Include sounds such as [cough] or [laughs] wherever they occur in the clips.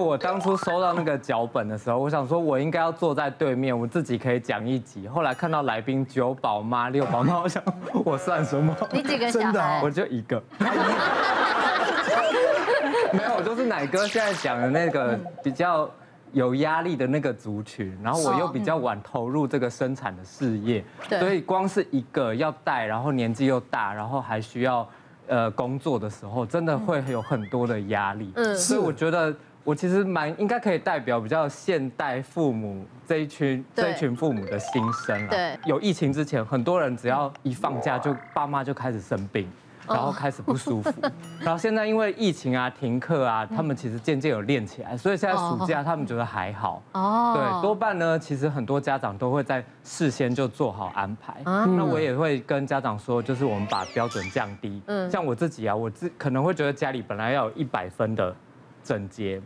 我当初收到那个脚本的时候，我想说我应该要坐在对面，我自己可以讲一集。后来看到来宾九宝妈、六宝妈，我想我算什么？啊你几个小真的孩哦我？就一个。没有，我就是奶哥现在讲的那个嗯比较有压力的那个族群，然后我又比较晚投入这个生产的事业，对所以光是一个要带，然后年纪又大，然后还需要呃工作的时候，真的会有很多的压力。嗯嗯，所以我觉得。我其实蛮应该可以代表比较现代父母这一群对这一群父母的心声啦。对有疫情之前，很多人只要一放假就爸妈就开始生病，哦然后开始不舒 [laughs] 服，然后现在因为疫情啊、停课啊，他们其实渐渐有练起来，所以现在暑假他们觉得还好。哦对，多半呢，其实很多家长都会在事先就做好安排。啊那我也会跟家长说，就是我们把标准降低。嗯嗯，像我自己啊，我自可能会觉得家里本来要有一百分的整洁，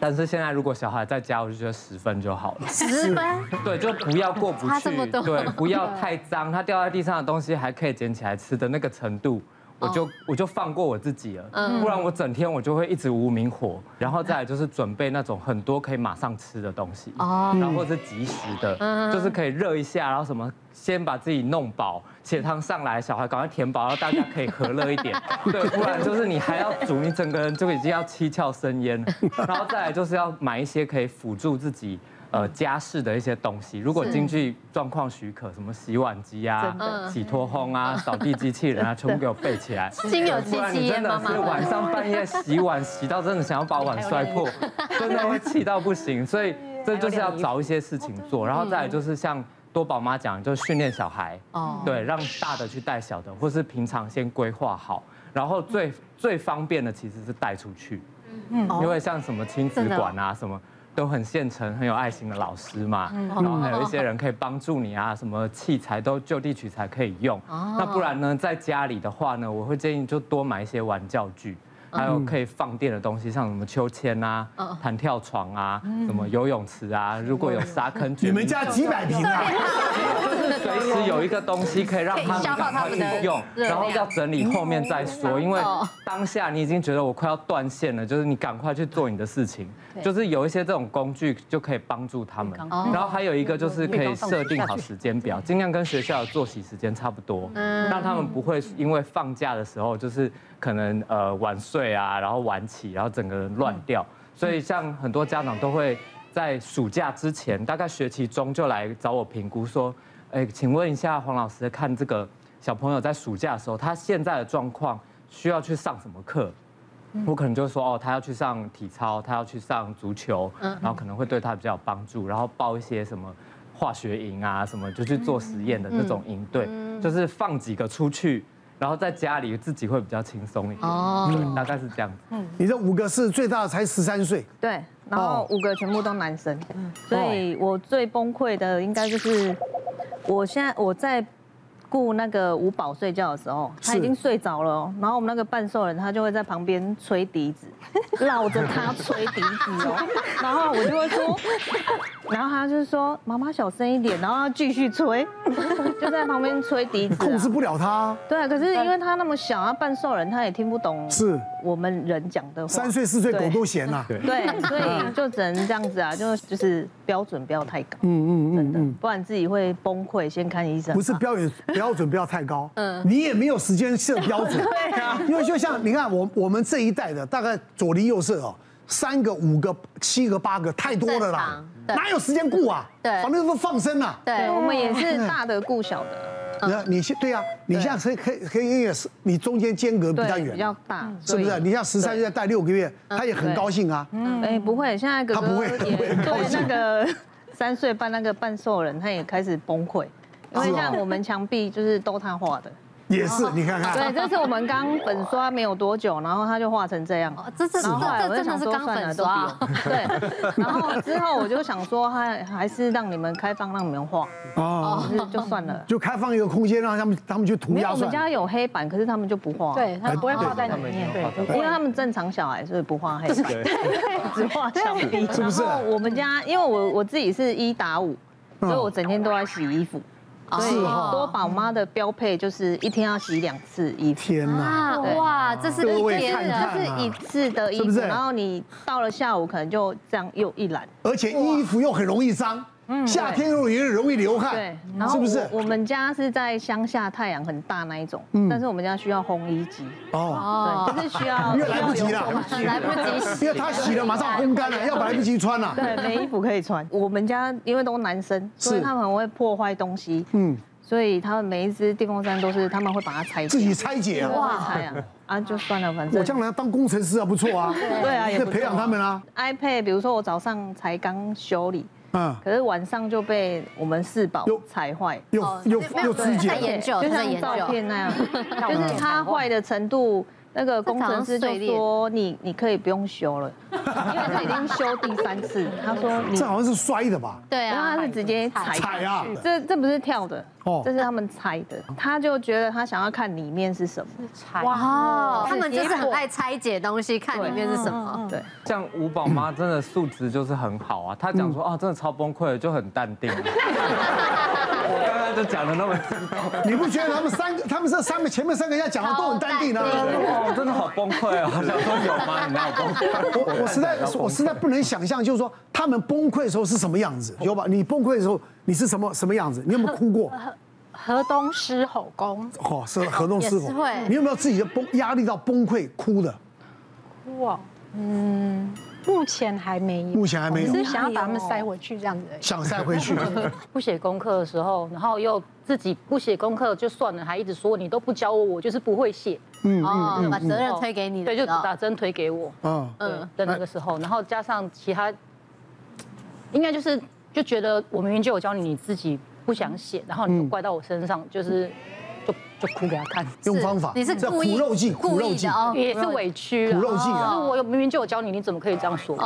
但是现在如果小孩在家，我就觉得十分就 [laughs] 好了。十分，对，就不要过不差这去么，多对，不要 [laughs] 太脏，它掉在地上的东西还可以捡起来吃的那个程度。我就我就放过我自己了，哦嗯不然我整天我就会一直无名火，然后再来就是准备那种很多可以马上吃的东西，哦然后或是即食嗯的，就是可以热一下，然后什么先把自己弄饱，血糖上来，小孩赶快填饱，然后大家可以和乐一 [laughs] 点，对，不然就是你还要煮，你整个人就已经要七窍生烟了，然后再来就是要买一些可以辅助自己。呃，家事的一些东西，如果经济状况许可，什么洗碗机啊真、的嗯洗拖烘啊、扫地机器人啊，全部给我备起 [laughs] 来。心有戚不然戚你真焉，妈的是晚妈。上半夜洗碗洗到真的想要把碗摔破，真的会气到不行。所以这就是要找一些事情做，然后再来就是像多宝妈讲，就训练小孩，哦对，让大的去带小的，或是平常先规划好。然后最最方便的其实是带出去，因为像什么亲子馆啊，什么都很现成、很有爱心的老师嘛，然后还有一些人可以帮助你啊，什么器材都就地取材可以用。那不然呢，在家里的话呢，我会建议就多买一些玩教具。还有可以放电的东西，像什么秋千啊、弹跳床啊、什么游泳池啊，如果有沙坑，你们家几百平啊？随时有一个东西可以让他们消耗赶他快们去的用，热量然后要整理后面再说，因为当下你已经觉得我快要断线了，就是你赶快去做你的事情，就是有一些这种工具就可以帮助他们。然后还有一个就是可以设定好时间表，尽量跟学校的作息时间差不多，让他们不会因为放假的时候就是可能呃晚睡啊，然后晚起，然后整个人乱掉。所以像很多家长都会在暑假之前，大概学期中就来找我评估说，哎，请问一下黄老师，看这个小朋友在暑假的时候，他现在的状况需要去上什么课？我可能就说哦，他要去上体操，他要去上足球，然后可能会对他比较有帮助，然后报一些什么化学营啊，什么就去做实验的那种营队，就是放几个出去，然后在家里自己会比较轻松一点，哦对，大概是这样子。你这五个是最大的才十三岁，对，然哦后五个全部都男生，嗯所以我最崩溃的应该就是我现在我在顾那个五宝睡觉的时候，他是已经睡着了哦，然后我们那个半兽人他就会在旁边吹 [laughs] 笛子，绕着他吹笛子哦，然后我就会说， [laughs] 然后他就说妈妈小声一点，然后他继续吹， [laughs] 就在旁边吹笛子、啊，控制不了他。对，啊可是因为他那么小，他半兽人他也听不懂是我们人讲的话。三岁四岁对狗都嫌啊呐、对对，所 [laughs] 以就只能这样子啊，就就是标准不要太高，嗯嗯真的，不然自己会崩溃，先看医生。啊不是标准标准不要太高，嗯，你也没有时间设标准，对啊，因为就像你看我我们这一代的大概左邻右舍哦，三个五个七个八个太多了正啦常，对哪有时间顾啊？对反正都放生啦、对对，，我们也是大的顾小的，那你现对啊，你现在可以可以可以也是你中间间隔嗯比较对，远，比较大，是不所是？啊以你像十三岁带六个月，他也很高兴啊。哎，不会，现在哥他不哥会也他不会很高对兴那 [laughs] 个三岁半那个半兽人，他也开始崩溃，因为像我们墙壁就是都他画的。也是，你看看，对，这是我们刚粉刷没有多久，然后他就画成这样。哦这是这然后后来我这真就的想是说刚算了粉都刷不啊， [laughs] 用。对，然后之后我就想说，还还是让你们开放，让你们画，哦，就是就算 [laughs] 了。就开放一个空间让他们他们去涂没有，鸦我算们了。哎家有黑板，可是他们就不画。，对，他不会画在他里们已面经。有画到因为他们正常小孩，所以不画 [laughs] 黑板，只画墙壁。是不是然后我们家，因为我我自己是一打五，所以我整天都在洗衣服。所以嗯是哦多宝妈的标配就是一天要洗两次衣服。天哪！啊，对哇，这是各一位天看的，看就是一次的衣是服，不是然后你到了下午可能就这样又一揽。而且衣服又很容易脏，夏天又也容易流汗嗯对，，然后是我不是？我们家是在乡下，太阳很大那一种，嗯但是我们家需要烘衣机，哦，哦对，，就是需 [laughs] 要因为来不及了需要有空来不及洗因为它洗了马上烘干了，要不然来不及穿啊了。对，没衣服可以穿。我们家因为都男生，所以是他们很会破坏东西，嗯，所以他们每一只电风扇都是他们会把它拆解，自己拆解啊。哇 [laughs] 拆啊，啊就算了，反我正将来当工程师啊，不错啊。对啊，也可以不培养错他们啊。 iPad，比如说我早上才刚修理，嗯，可是晚上就被我们四宝哟踩坏，又哦又没有又肢在解，研究就在像研究照片 [laughs] 那样，就是它坏的程度。那个工程师就说你你可以不用修了，因为他已经修第 [laughs] 三次。他说你，这好像是摔的吧？对然后啊他，是直接踩踩啊！这这不是跳的，哦这是他们猜的。他就觉得他想要看里面是什么，嗯哇，哦他们就是很爱拆解东西，看里面是什么。对， [laughs] 像吴宝妈真的素质就是很好啊，她讲说啊，真的超崩溃了，就很淡定。啊 [laughs] 我刚刚就讲的那么激动，你不觉得他们三个，他们这三个前面三个要讲的都很淡定超淡啊？哇，我真的好崩溃啊！我想说有吗？你哪有崩溃？我我实在我实在不能想象，就是说他们崩溃的时候是什么样子。有吧？你崩溃的时候你是什么什么样子？你有没有哭过？河东狮吼功，哦，是河东师也傅是会，你有没有自己的崩压力到崩溃哭的？哇，嗯，目前还没有，目前还没哦有只，是想要把他们塞回去这样子而已。想塞回去。不写功课的时候，然后又自己不写功课就算了，还一直说你都不教我，我就是不会写，哦，把责任推给你的对，时就候，打针推给我，嗯，嗯的那个时候，然后加上其他，应该就是就觉得我明明就有教你，你自己不想写，然后你就怪到我身上，就是就就哭给他看，用方法，你是这故意苦肉计，苦故肉意计嗯的。哦，也是委屈啊，苦肉计啊就是我有明明就有教你，你怎么可以这样说？哦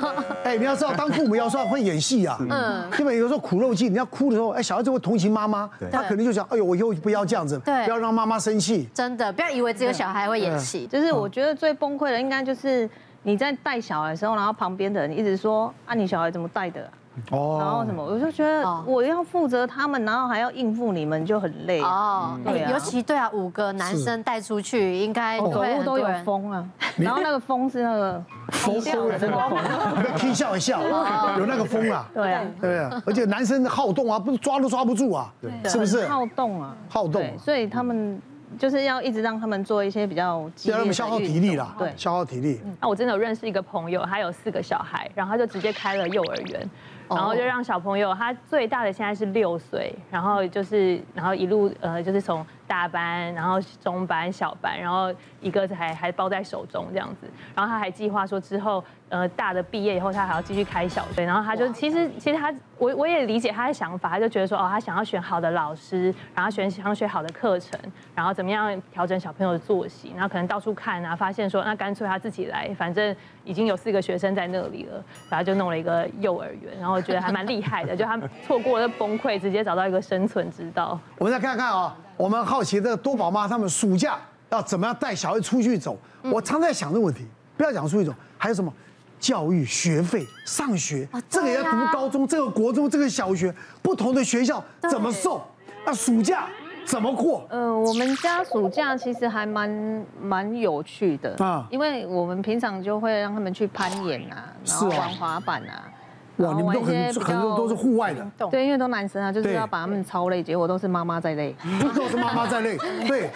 哦，哎，你要知道，当父母要说会演戏啊，嗯，因为有时候苦肉计，你要哭的时候，哎，小孩子会同情妈妈，他可能就想，哎呦，我以后不要这样子，对不要让妈妈生气。真的，不要以为嗯只有小孩会演戏，就是我觉得最崩溃的应该就是你在带小孩的时候，然后旁边的人一直说啊你小孩怎么带的啊、哦然后什么，我就觉得哦我要负责他们，然后还要应付你们，就很累啊。嗯哦，哎对啊尤其对啊，五个男生带出去，应该就走会路很都多有人。风啊，然后那个风是那个风掉的那个风，[laughs] 你不要听笑一笑，哦有那个风啊，对啊，对不对？而且男生的好动啊，不是抓都抓不住啊，是不是？好动啊，好动啊对，所以他们就是要一直让他们做一些比较激不要那么烈的运啊消动耗体力啦，对，嗯消耗体力。那我真的有认识一个朋友，他有四个小孩，然后他就直接开了幼儿园，然后就让小朋友，他最大的现在是六岁，然后就是然后一路呃就是从大班，然后中班、小班，然后一个还还包在手中这样子，然后他还计划说之后呃大的毕业以后他还要继续开小学，然后他就其实其实他我我也理解他的想法，他就觉得说哦他想要选好的老师，然后选想学好的课程，然后怎么样调整小朋友的作息，然后可能到处看啊，发现说那干脆他自己来，反正已经有四个学生在那里了，然后就弄了一个幼儿园，然后我觉得还蛮厉害的，就他错过了崩溃，直接找到一个生存之道。我们再看看啊、我们好奇的多宝妈他们暑假要怎么样带小孩出去走？嗯我常在想这个问题，不要讲出去走，还有什么教育、学费、上学，哦这个要读高中，这个国中，这个小学，不同的学校怎么送？那暑假怎么过？呃，我们家暑假其实还蛮蛮有趣的啊啊，因为我们平常就会让他们去攀岩啊，然后是啊玩滑板啊，哇，你们都然后玩一很些比很较多都是户外的，对，因为都男生啊，就是对要把他们操累，结果都是妈妈在累。都是妈妈 [laughs] 在累。对，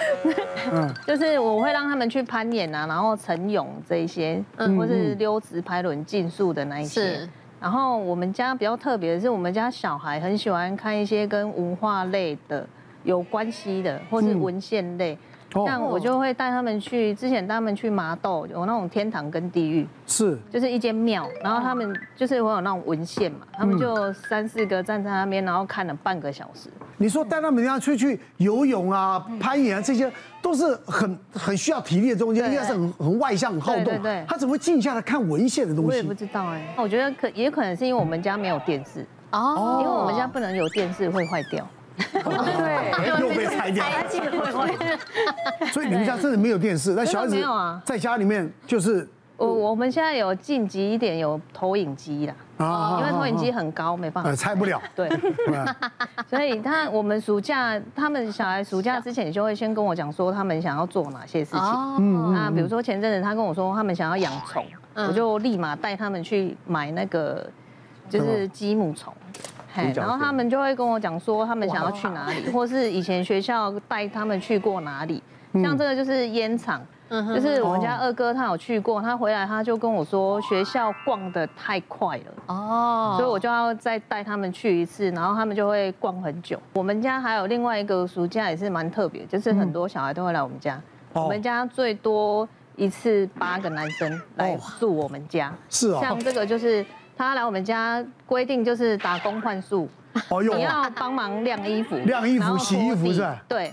就是我会让他们去攀岩啊，然后晨泳这一些，或是溜直排轮竞速的那一些是。然后我们家比较特别的是，我们家小孩很喜欢看一些跟文化类的有关系的，或是文献类。哦像我就会带他们去，之前带他们去麻豆，有那种天堂跟地狱，是就是一间庙，然后他们就是会有那种文献嘛，他们就三四个站在那边，然后看了半个小时。你说带他们家出去游泳啊、嗯攀岩啊，这些都是很很需要体力的东西，应该是很很外向、很好动。对对对他怎么会静下来看文献的东我也西不？知道哎，我觉得可也可能是因为我们家没有电视，哦，因为我们家不能有电视会坏掉。对，又被拆哎掉。 [laughs] 所以你们家真的没有电视，那小孩真子的没有啊在家里面就是我哦我们现在有晋级一点，有投影机啦，哦啊因为投影机很高，没办啊法呃。拆不了， [laughs] 对， [laughs] 所以他我们暑假，他们小孩暑假之前就会先跟我讲说他们想要做哪些事情。哦，那比如说前阵子他跟我说他们想要养虫，嗯我就立马带他们去买那个就是积木虫。嘿，独角然后兽他们就会跟我讲说他们想要去哪里，或是以前学校带他们去过哪里。像这个就是烟厂，就是我们家二哥他有去过，他回来他就跟我说学校逛的太快了，哦，所以我就要再带他们去一次，然后他们就会逛很久。我们家还有另外一个暑假也是蛮特别，就是很多小孩都会来我们家，嗯哦我们家最多一次八个男生哦来住我们家，是哦像，这个就是他来我们家规定就是打工换宿，哦哟你，要帮忙晾衣服，晾衣服然后洗衣服拖地是吧对，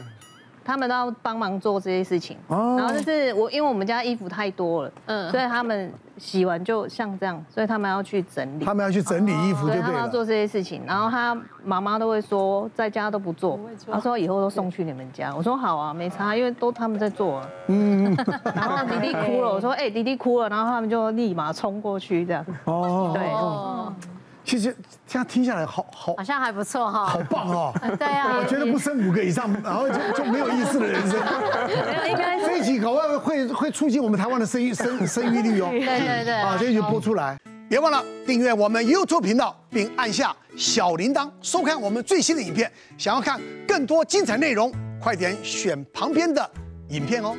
他们都要帮忙做这些事情。哦然后就是我，因为我们家衣服太多了，嗯，所以他们洗完就像这样，所以他们要去整理他。们要去整理衣服就哦对，对他们要了。做这些事情，然后他妈妈都会说在家都不做，他说以后都送去你们家。我说好啊，没差，因为都他们在做啊。嗯， [laughs] 然后弟弟哭了，我说哎、弟弟哭了，然后他们就立马冲过去这样。哦，对，哦，其实这样听下来，好好好像还不错 [laughs] 哈好。棒 [laughs] 哦！对啊，我觉得不生五个以上，然后就就没有意思的人生。应该这一集搞外会会促进我们台湾的生育生生育率哦。对对对啊，这一集播出来，别忘了订阅我们 YouTube 频道，并按下小铃铛，收看我们最新的影片。想要看更多精彩内容，快点选旁边的影片哦。